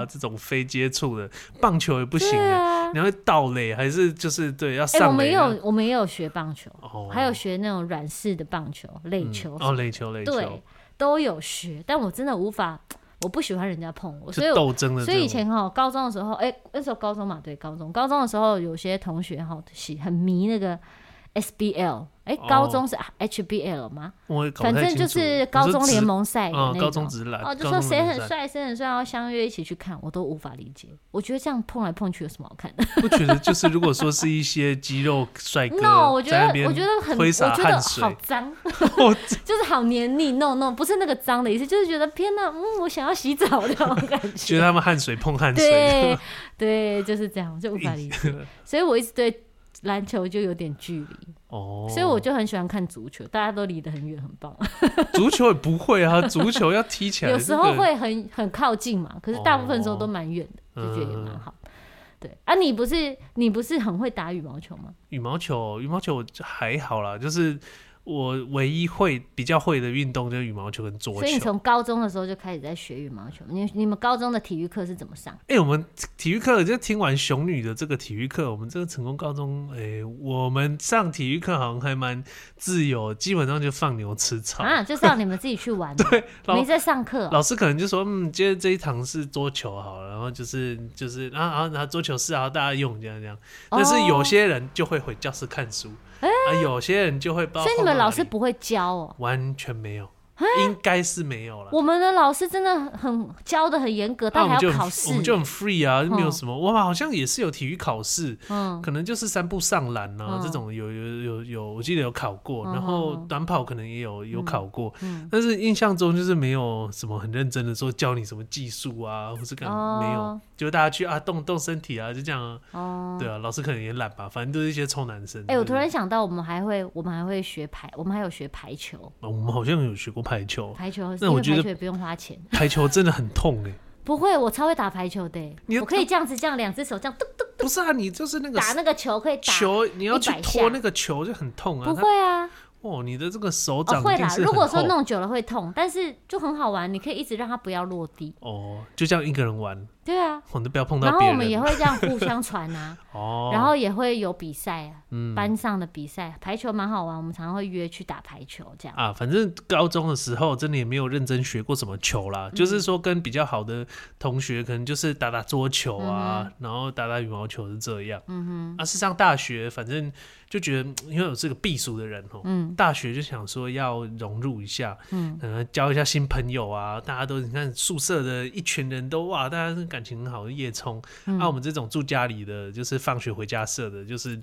Speaker 1: OK
Speaker 2: 这种非接触的，棒球也不行、
Speaker 1: 对
Speaker 2: 欸，
Speaker 1: 啊，
Speaker 2: 你要倒垒还是就是对要
Speaker 1: 哎、我
Speaker 2: 上
Speaker 1: 们
Speaker 2: 垒
Speaker 1: 也
Speaker 2: 啊、
Speaker 1: 有我们也有学棒球，
Speaker 2: 哦
Speaker 1: 还有学那种软式的棒球、垒球
Speaker 2: 嗯、哦，垒球垒
Speaker 1: 对
Speaker 2: 球，，
Speaker 1: 都有学，但我真的无法，我不喜欢人家碰我，所以
Speaker 2: 就
Speaker 1: 我
Speaker 2: 斗争的这
Speaker 1: 所
Speaker 2: 种，
Speaker 1: 以以前哈，高中的时候，哎、那时候高中嘛，对，高中高中的时候，有些同学哈喜很迷那个 SBL，哎、
Speaker 2: 哦
Speaker 1: 高中是 HBL 吗？
Speaker 2: 我也搞不
Speaker 1: 反
Speaker 2: 太
Speaker 1: 正
Speaker 2: 清
Speaker 1: 就
Speaker 2: 楚
Speaker 1: 是高中联，盟赛
Speaker 2: 你
Speaker 1: 的
Speaker 2: 说直哦
Speaker 1: 那，
Speaker 2: 高
Speaker 1: 种
Speaker 2: 中。直男，
Speaker 1: 哦，就
Speaker 2: 高
Speaker 1: 说
Speaker 2: 中
Speaker 1: 谁
Speaker 2: 直
Speaker 1: 很
Speaker 2: 男，
Speaker 1: 帅，谁很帅，要相约一起去看，我都无法理解。我觉得这样碰来碰去有什么好看的
Speaker 2: 不觉得就是如果说是一些肌肉帅哥
Speaker 1: ？No，我觉
Speaker 2: 在
Speaker 1: 得
Speaker 2: 那边
Speaker 1: 我觉得很，我
Speaker 2: 挥洒
Speaker 1: 觉得
Speaker 2: 汗水
Speaker 1: 好脏， 就是好黏腻。No No，不是那个脏的意思，就是觉得天哪，嗯，我想要洗澡的那种感
Speaker 2: 觉得
Speaker 1: 觉。
Speaker 2: 他们汗水碰汗水，
Speaker 1: 对对，就是这样，我就无法理解。所以我一直对篮球就有点距离，
Speaker 2: 哦，
Speaker 1: 所以我就很喜欢看足球，大家都离得很远，很棒。
Speaker 2: 足球也不会啊，足球要踢起来，
Speaker 1: 有时
Speaker 2: 这
Speaker 1: 候
Speaker 2: 个
Speaker 1: 会很很靠近嘛，可是大部分时候都蛮远的，
Speaker 2: 哦
Speaker 1: 就觉得也蛮好。对啊，你不是你不是很会打羽毛球吗？
Speaker 2: 羽毛球，羽毛球我还好啦，就是我唯一会比较会的运动就是羽毛球跟桌
Speaker 1: 所以你
Speaker 2: 球。
Speaker 1: 从高中的时候就开始在学羽毛球。你你们高中的体育课是怎么上？
Speaker 2: 哎、我们体育课就听完熊女的这个体育课，我们这个成功高中，哎、我们上体育课好像还蛮自由，基本上就放牛吃草。
Speaker 1: 啊，就是让你们自己去 玩嘛，
Speaker 2: 老
Speaker 1: 没在上课哦。
Speaker 2: 老师可能就说，嗯，今天这一堂是桌球好了，然后就是就是，然后然后拿桌球室啊，大家用这样这样。
Speaker 1: 哦
Speaker 2: 但是有些人就会回教室看书，啊，有些人就会不知道
Speaker 1: 哎所以你
Speaker 2: 放
Speaker 1: 们
Speaker 2: 到哪
Speaker 1: 老师
Speaker 2: 里
Speaker 1: 不会教哦。
Speaker 2: 完全没有，应该是没有了。
Speaker 1: 我们的老师真的很教的很严格，
Speaker 2: 那
Speaker 1: 但
Speaker 2: 我们
Speaker 1: 还
Speaker 2: 就
Speaker 1: 要
Speaker 2: 很
Speaker 1: 考
Speaker 2: f- 我
Speaker 1: 试
Speaker 2: 们。就很 free 啊，没有
Speaker 1: 嗯
Speaker 2: 什么哇，好像也是有体育考试，
Speaker 1: 嗯，
Speaker 2: 可能就是三步上篮啊、
Speaker 1: 嗯
Speaker 2: 这种有有有有，我记得有考过，
Speaker 1: 嗯
Speaker 2: 然后
Speaker 1: 嗯嗯
Speaker 2: 短跑可能也有有考过，
Speaker 1: 嗯
Speaker 2: 但是印象中就是没有什么很认真的说教你什么技术啊，或是干嘛、没有
Speaker 1: 哦，
Speaker 2: 就大家去啊动动身体啊，就这样啊，
Speaker 1: 哦，
Speaker 2: 对啊，老师可能也懒吧，反正都是一些臭男生。
Speaker 1: 哎、我
Speaker 2: 对
Speaker 1: 突然想到，我们还会，我们还会学排，我们还有学排球，
Speaker 2: 哦我们好像有学过排球，
Speaker 1: 排球，
Speaker 2: 哦那
Speaker 1: 因
Speaker 2: 我
Speaker 1: 为
Speaker 2: 觉得
Speaker 1: 排球也不用花钱。
Speaker 2: 排球真的很痛哎、
Speaker 1: 不会，我超会打排球的欸、
Speaker 2: 你
Speaker 1: 我可以这样子，这样两只手这样咚咚
Speaker 2: 不是啊，你就是那个
Speaker 1: 打那个球，可以打。
Speaker 2: 球，你要去
Speaker 1: 100
Speaker 2: 拖
Speaker 1: 下
Speaker 2: 那个球就很痛啊。
Speaker 1: 不
Speaker 2: 它
Speaker 1: 会啊，
Speaker 2: 哦，你的这个手
Speaker 1: 哦
Speaker 2: 掌
Speaker 1: 会
Speaker 2: 一定
Speaker 1: 啦。
Speaker 2: 是
Speaker 1: 如
Speaker 2: 很
Speaker 1: 果说
Speaker 2: 厚
Speaker 1: 弄久了会痛，但是就很好玩，你可以一直让它不要落地。
Speaker 2: 哦，就这样一个人玩，
Speaker 1: 对啊，
Speaker 2: 我都不要碰
Speaker 1: 然
Speaker 2: 到
Speaker 1: 后
Speaker 2: 别
Speaker 1: 我们也
Speaker 2: 人
Speaker 1: 会这样互相传 啊，
Speaker 2: 哦。
Speaker 1: 然后也会有比赛啊，
Speaker 2: 嗯
Speaker 1: 班上的比赛，排球蛮好玩，我们常常会约去打排球这样。
Speaker 2: 啊，反正高中的时候真的也没有认真学过什么球啦，
Speaker 1: 嗯
Speaker 2: 就是说跟比较好的同学可能就是打打桌球
Speaker 1: 嗯
Speaker 2: 啊，然后打打羽毛球是这样。嗯哼，啊，是上大学，反正就觉得嗯因为我是个避暑的人哦，
Speaker 1: 嗯
Speaker 2: 大学就想说要融入一下，
Speaker 1: 嗯，
Speaker 2: 可能交一下新朋友啊，大家都你看宿舍的一群人都哇，大家感情很好，夜冲。
Speaker 1: 嗯
Speaker 2: 那、我们这种住家里的，就是放学回家社的，就是嘖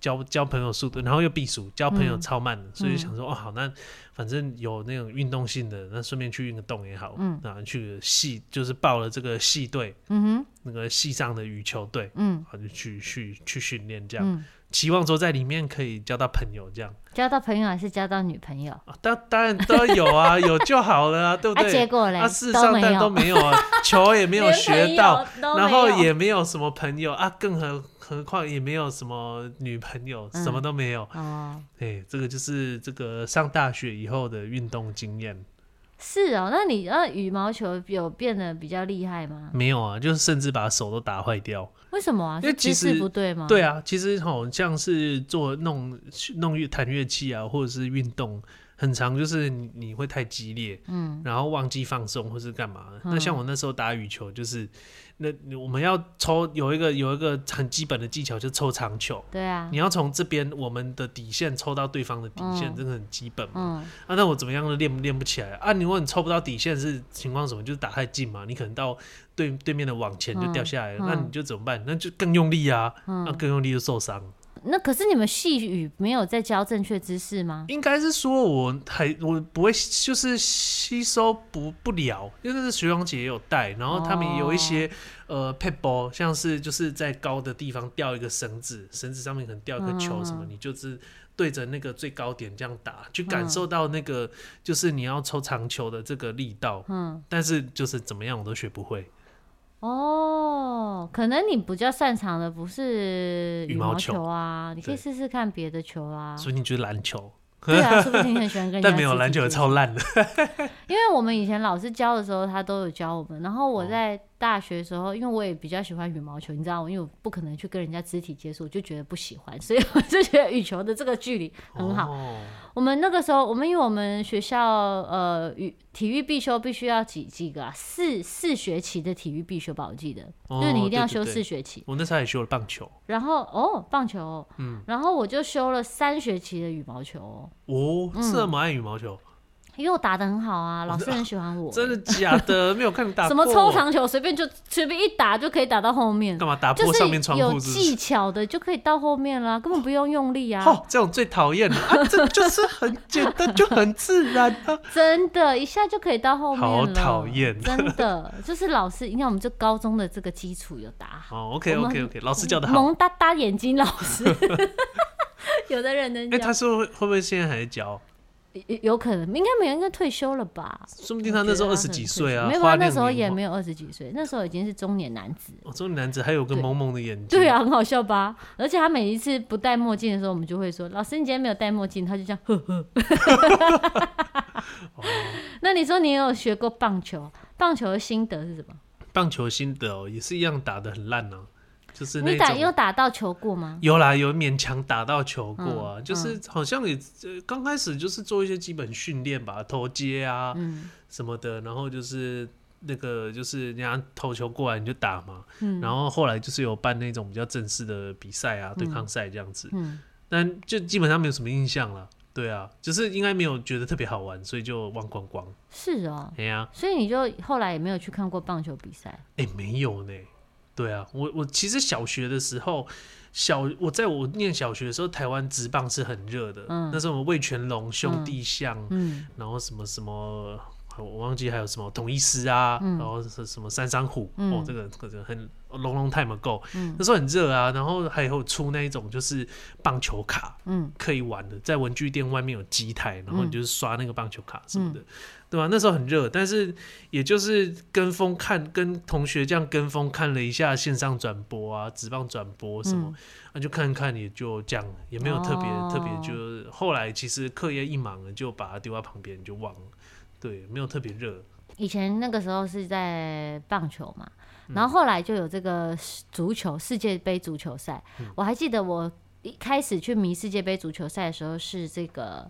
Speaker 2: 交交朋友速度，然后又避暑，交
Speaker 1: 嗯
Speaker 2: 朋友超慢的，所以就想说哦好，那反正有那种运动性的，那顺便去运个动也好，嗯，然后去系就是报了这个系队，
Speaker 1: 嗯哼，
Speaker 2: 那个系上的羽球队，
Speaker 1: 嗯
Speaker 2: 然后就去去去训练这样，
Speaker 1: 嗯，
Speaker 2: 期望说在里面可以交到朋友这样。
Speaker 1: 交到朋友还是交到女朋友？
Speaker 2: 啊，当当然都有 啊，有就好了啊，对不
Speaker 1: 啊，结
Speaker 2: 对？
Speaker 1: 果嘞，
Speaker 2: 啊，事实上但都没有啊，球也没有
Speaker 1: 连
Speaker 2: 学
Speaker 1: 朋
Speaker 2: 到，
Speaker 1: 友都
Speaker 2: 然
Speaker 1: 没
Speaker 2: 后
Speaker 1: 有
Speaker 2: 也没有什么朋友啊，更何何况也没有什么女朋友，什么
Speaker 1: 嗯
Speaker 2: 都没有。
Speaker 1: 哦，
Speaker 2: 哎，这个就是这个上大学以后的运动经验，
Speaker 1: 是哦。那你那羽毛球有变得比较厉害吗？
Speaker 2: 没有啊，就是甚至把手都打坏掉。
Speaker 1: 为什么啊？
Speaker 2: 因为
Speaker 1: 是姿
Speaker 2: 其实
Speaker 1: 势不对吗？
Speaker 2: 对啊，其实好像是做弄弄乐弹乐器啊，或者是运动，很长就是你你会太激烈，
Speaker 1: 嗯，
Speaker 2: 然后忘记放松或是干嘛。
Speaker 1: 嗯
Speaker 2: 那像我那时候打羽球，就是那我们要抽有一个有一个很基本的技巧，就是抽长球。
Speaker 1: 对啊
Speaker 2: 你，要从这边我们的底线抽到对方的底线，
Speaker 1: 嗯
Speaker 2: 这个很基本嘛。
Speaker 1: 嗯
Speaker 2: 啊，那我怎么样都练不练不起来啊？你如果你抽不到底线是情况什么？就是打太近嘛，你可能到对对面的网前就掉下来了，
Speaker 1: 嗯嗯
Speaker 2: 那你就怎么办？那就更用力啊，那、
Speaker 1: 嗯。
Speaker 2: 更用力就受伤。
Speaker 1: 那可是你们细语没有在教正确姿势吗？
Speaker 2: 应该是说我还我不会，就是吸收不不了，因为那是学长姐也有带，然后他们也有一些、
Speaker 1: 哦
Speaker 2: 呃 p e b a l 像是就是在高的地方吊一个绳子，绳子上面可能吊一个球什么，
Speaker 1: 嗯
Speaker 2: 你就是对着那个最高点这样打，去感受到那个就是你要抽长球的这个力道。
Speaker 1: 嗯，
Speaker 2: 但是就是怎么样我都学不会。
Speaker 1: 哦，可能你比较擅长的不是
Speaker 2: 羽
Speaker 1: 羽
Speaker 2: 毛
Speaker 1: 毛
Speaker 2: 球
Speaker 1: 球啊，你可以
Speaker 2: 对
Speaker 1: 试试看别的球啊。
Speaker 2: 所以你觉得篮球？
Speaker 1: 对 啊，说不定你很喜欢跟人家
Speaker 2: 但没有
Speaker 1: 刺激
Speaker 2: 篮球
Speaker 1: 接触
Speaker 2: 超烂的。
Speaker 1: 因为我们以前老师教的时候，他都有教我们。然后
Speaker 2: 哦
Speaker 1: 我在大学的时候，因为我也比较喜欢羽毛球，你知道吗？因为我不可能去跟人家肢体接触，我就觉得不喜欢，所以我就觉得羽球的这个距离很好。
Speaker 2: 哦
Speaker 1: 我们那个时候，我们因为我们学校呃语体育必修必须要几几个、啊、四四学期的体育必修吧，我记得，
Speaker 2: 哦
Speaker 1: 就是你一定要修
Speaker 2: 对对
Speaker 1: 四
Speaker 2: 对
Speaker 1: 学期。
Speaker 2: 我那时候还学了棒球
Speaker 1: 然后哦，棒球、哦，嗯，然后我就修了三学期的羽毛球、哦，
Speaker 2: 哦，这么爱羽毛球，
Speaker 1: 因为我打的很好啊，老师很喜欢我。
Speaker 2: 真的假的？ 没有看你打
Speaker 1: 什么
Speaker 2: 过
Speaker 1: 抽长球，随便就随便一打就可以打到后面，
Speaker 2: 干嘛打
Speaker 1: 就
Speaker 2: 破上面
Speaker 1: 是
Speaker 2: 窗
Speaker 1: 有
Speaker 2: 户是不是？
Speaker 1: 技巧的就可以到后面啦，根本不用用力啊！
Speaker 2: 哦，这种最讨厌了啊！这就是很简单，就很自然啊。
Speaker 1: 真的，一下就可以到后面
Speaker 2: 好
Speaker 1: 了，
Speaker 2: 讨厌
Speaker 1: 真的，就是老师，你看我们这高中的这个基础有打好，
Speaker 2: 哦，OK
Speaker 1: 我们
Speaker 2: OK OK，老师教的好。
Speaker 1: 萌哒哒眼睛老师， 有的人能
Speaker 2: 哎，
Speaker 1: 讲，
Speaker 2: 他是会会不会现在还教？
Speaker 1: 有有可能，应该没有，应该退休了吧？
Speaker 2: 说不定他那时候
Speaker 1: 我
Speaker 2: 二
Speaker 1: 觉
Speaker 2: 十
Speaker 1: 得他
Speaker 2: 几
Speaker 1: 可能
Speaker 2: 岁啊，
Speaker 1: 退休没有，
Speaker 2: 花
Speaker 1: 他
Speaker 2: 样
Speaker 1: 那时候
Speaker 2: 年
Speaker 1: 也
Speaker 2: 华
Speaker 1: 没有二十几岁，那时候已经是中年男子了。
Speaker 2: 哦，中年男子还有个
Speaker 1: 对
Speaker 2: 萌萌的眼睛，
Speaker 1: 对，啊，很好笑吧？而且他每一次不戴墨镜的时候，我们就会说：“老师，你今天没有戴墨镜。”他就这样呵 呵。那你说你有学过棒球？棒球的心得是什么？
Speaker 2: 棒球心得哦，也是一样打的很烂啊，就是那
Speaker 1: 你打有
Speaker 2: 种
Speaker 1: 打到球过吗？
Speaker 2: 有啦，有勉强打到球过啊，
Speaker 1: 嗯
Speaker 2: 就是好像也呃刚开始就是做一些基本训练吧，投接啊
Speaker 1: 嗯
Speaker 2: 什么的，然后就是。那个就是人家投球过来你就打嘛，
Speaker 1: 嗯
Speaker 2: 然后后来就是有办那种比较正式的比赛啊、对抗赛这样子，
Speaker 1: 嗯，
Speaker 2: 但就基本上没有什么印象了。对啊，就是应该没有觉得特别好玩，所以就忘光光。
Speaker 1: 是哦。
Speaker 2: 哎呀、
Speaker 1: 所以你就后来也没有去看过棒球比赛？
Speaker 2: 哎、没有呢。对啊，我我其实小学的时候，小我在我念小学的时候，台湾职棒是很热的。
Speaker 1: 嗯
Speaker 2: 那时候我们魏全龙兄
Speaker 1: 嗯
Speaker 2: 弟象，
Speaker 1: 嗯
Speaker 2: 然后什么什么，我忘记还有什么统一师啊，
Speaker 1: 嗯
Speaker 2: 然后是什么三山虎，
Speaker 1: 嗯
Speaker 2: 哦，这个这个很 long long time ago，、
Speaker 1: 嗯
Speaker 2: 那时候很热啊。然后还有出那一种就是棒球卡，
Speaker 1: 嗯
Speaker 2: 可以玩的，在文具店外面有机台，然后你
Speaker 1: 嗯
Speaker 2: 就是刷那个棒球卡什么的，对吧、那时候很热，但是也就是跟风看，跟同学这样跟风看了一下线上转播啊，直棒转播什么
Speaker 1: 嗯，
Speaker 2: 那、就看看也就这样，也没有特别、
Speaker 1: 哦
Speaker 2: 特别，就是后来其实课业一忙了，就把它丢到旁边就忘了，对，没有特别热，
Speaker 1: 以前那个时候是在棒球嘛，
Speaker 2: 嗯
Speaker 1: 然后后来就有这个足球世界杯足球赛。
Speaker 2: 嗯
Speaker 1: 我还记得我一开始去迷世界杯足球赛的时候是这个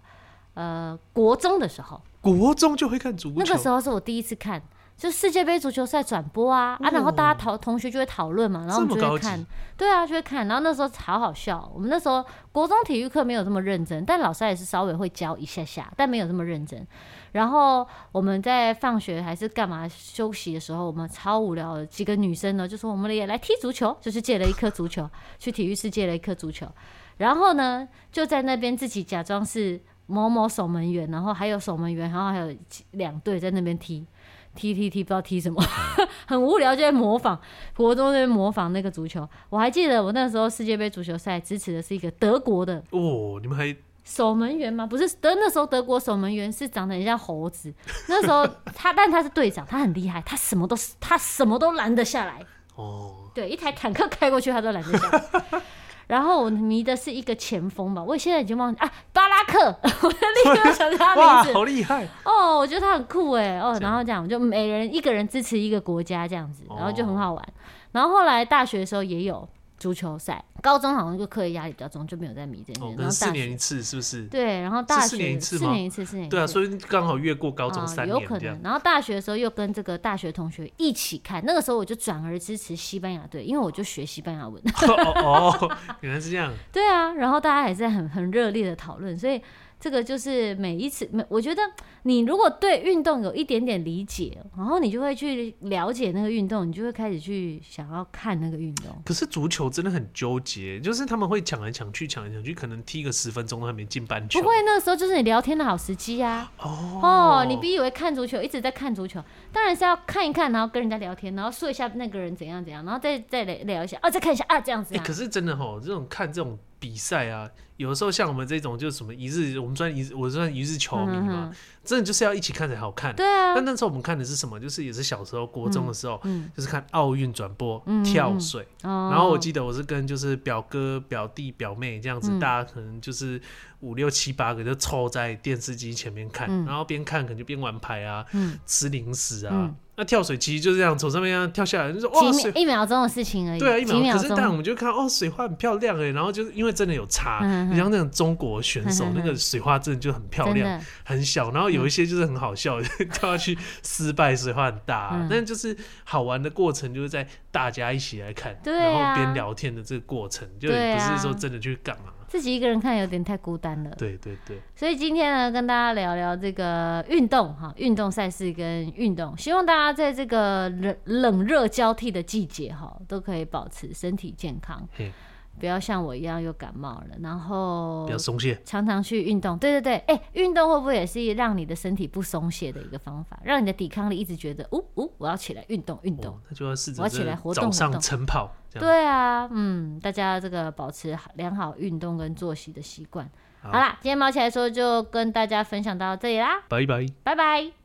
Speaker 1: 呃国中的时候，
Speaker 2: 国中就会看足球，
Speaker 1: 那个时候是我第一次看。就世界杯足球赛转播啊、
Speaker 2: 哦
Speaker 1: 啊，然后大家讨同学就会讨论嘛，然后我们
Speaker 2: 这
Speaker 1: 就
Speaker 2: 么高
Speaker 1: 会
Speaker 2: 级
Speaker 1: 看，对啊，就会看。然后那时候好好笑，哦我们那时候国中体育课没有这么认真，但老师也是稍微会教一下下，但没有这么认真。然后我们在放学还是干嘛休息的时候，我们超无聊的几个女生呢，就说我们也来踢足球，就是借了一颗足球，去体育室借了一颗足球，然后呢就在那边自己假装是某某守门员，然后还有守门员，然后还有几两队在那边踢。踢踢踢，不知道踢什么， 很无聊，就在模仿国中在那边模仿那个足球。我还记得我那时候世界杯足球赛支持的是一个德国的
Speaker 2: 哦，你们还
Speaker 1: 守门员吗？不是，德那时候德国守门员是长得很像猴子。那时候他，但他是队长，他很厉害，他什么都是他什么都拦得下来。
Speaker 2: 哦，
Speaker 1: 对，一台坦克开过去，他都拦得下来。然后我迷的是一个前锋吧，我现在已经忘记啊，巴拉克， 我立刻想起他
Speaker 2: 哇，
Speaker 1: 名字。
Speaker 2: 好厉害，
Speaker 1: 哦，我觉得他很酷哎，哦，
Speaker 2: 这样
Speaker 1: 然后这样就每人一个人支持一个国家这样子，
Speaker 2: 哦
Speaker 1: 然后就很好玩。然后后来大学的时候也有足球赛，高中好像就课业压力比较重，就没有再迷这件
Speaker 2: 哦，
Speaker 1: 事。嗯
Speaker 2: 可
Speaker 1: 然
Speaker 2: 能
Speaker 1: 后
Speaker 2: 四
Speaker 1: 大学
Speaker 2: 年一次是不是？
Speaker 1: 对，然后大学
Speaker 2: 四年一次吗
Speaker 1: 四年一次，四年一次
Speaker 2: 对啊，所以刚好越过高中
Speaker 1: 啊
Speaker 2: 三
Speaker 1: 有
Speaker 2: 年
Speaker 1: 可
Speaker 2: 这样
Speaker 1: 能。。然后大学的时候又跟这个大学同学一起看，那个时候我就转而支持西班牙队，因为我就学西班牙文。
Speaker 2: 哦哦，原来是这样。
Speaker 1: 对啊，然后大家还在很很热烈的讨论，所以这个就是每一次，每我觉得你如果对运动有一点点理解，然后你就会去了解那个运动，你就会开始去想要看那个运动。
Speaker 2: 可是足球真的很纠结，就是他们会抢来抢去，抢来抢去，可能踢个十分钟都还没进半球。
Speaker 1: 不会，那个时候就是你聊天的好时机啊。
Speaker 2: 哦
Speaker 1: 哦，你别以为看足球一直在看足球，当然是要看一看，然后跟人家聊天，然后说一下那个人怎样怎样，然后再再聊聊一下，啊，再看一下啊，这样子
Speaker 2: 哎、
Speaker 1: 啊
Speaker 2: 可。是真的吼，这种看这种比赛啊，有的时候像我们这种就是什么一日，我们算一日，我算一日球迷
Speaker 1: 嗯
Speaker 2: 嘛，
Speaker 1: 哼，
Speaker 2: 真的就是要一起看才好看。
Speaker 1: 对啊
Speaker 2: 哦但，那时候我们看的是什么？就是也是小时候国中的时候，
Speaker 1: 嗯，
Speaker 2: 就是看奥运转播、
Speaker 1: 嗯
Speaker 2: 跳水，
Speaker 1: 然
Speaker 2: 然后我记得我是跟就是表哥、表弟、表妹这样子，
Speaker 1: 嗯
Speaker 2: 大家可能就是五六七八个就凑在电视机前面看，
Speaker 1: 嗯
Speaker 2: 然后边看可能就边玩牌啊、
Speaker 1: 嗯，
Speaker 2: 吃零食啊。
Speaker 1: 嗯
Speaker 2: 那跳水其实就是这样，从上面这样跳下来，就说哇
Speaker 1: 几
Speaker 2: 水
Speaker 1: 秒，一秒钟的事情而已，
Speaker 2: 对啊，一
Speaker 1: 几
Speaker 2: 秒。可是但我
Speaker 1: 钟，
Speaker 2: 们就看到哦，水花很漂亮哎、然后就是因为真的有差，
Speaker 1: 嗯嗯嗯
Speaker 2: 你像那种中国选手
Speaker 1: 嗯嗯嗯
Speaker 2: 那个水花真的就很漂
Speaker 1: 真
Speaker 2: 亮，
Speaker 1: 的，
Speaker 2: 很小，然后
Speaker 1: 嗯
Speaker 2: 有一些就是很好笑， 跳下去失败，水花很大、啊
Speaker 1: 嗯
Speaker 2: 但就是好玩的过程就是在大家一起来看，
Speaker 1: 对
Speaker 2: 然
Speaker 1: 啊
Speaker 2: 后边聊天的这个过程，就
Speaker 1: 对
Speaker 2: 也
Speaker 1: 啊
Speaker 2: 不是说真的去干嘛。
Speaker 1: 自己一个人看有点太孤单了。
Speaker 2: 对对对，
Speaker 1: 所以今天呢，跟大家聊聊这个运动哈，运动赛事跟运动，希望大家在这个冷冷热交替的季节哈，都可以保持身体健康
Speaker 2: 嘿，
Speaker 1: 不要像我一样又感冒了，然后
Speaker 2: 比较松懈。
Speaker 1: 常常去运动。对对对，哎、运动会不会也是让你的身体不松懈的一个方法，让你的抵抗力一直觉得，哦哦，我要起来运动运动。
Speaker 2: 哦，那就要试
Speaker 1: 我要
Speaker 2: 着
Speaker 1: 起来活动
Speaker 2: 早
Speaker 1: 活
Speaker 2: 上
Speaker 1: 动
Speaker 2: 晨跑这样。
Speaker 1: 对啊，嗯，大家这个保持良好运动跟作息的习惯。
Speaker 2: 好
Speaker 1: 好啦，今天毛起来说就跟大家分享到这里啦，
Speaker 2: 拜拜。
Speaker 1: 拜拜。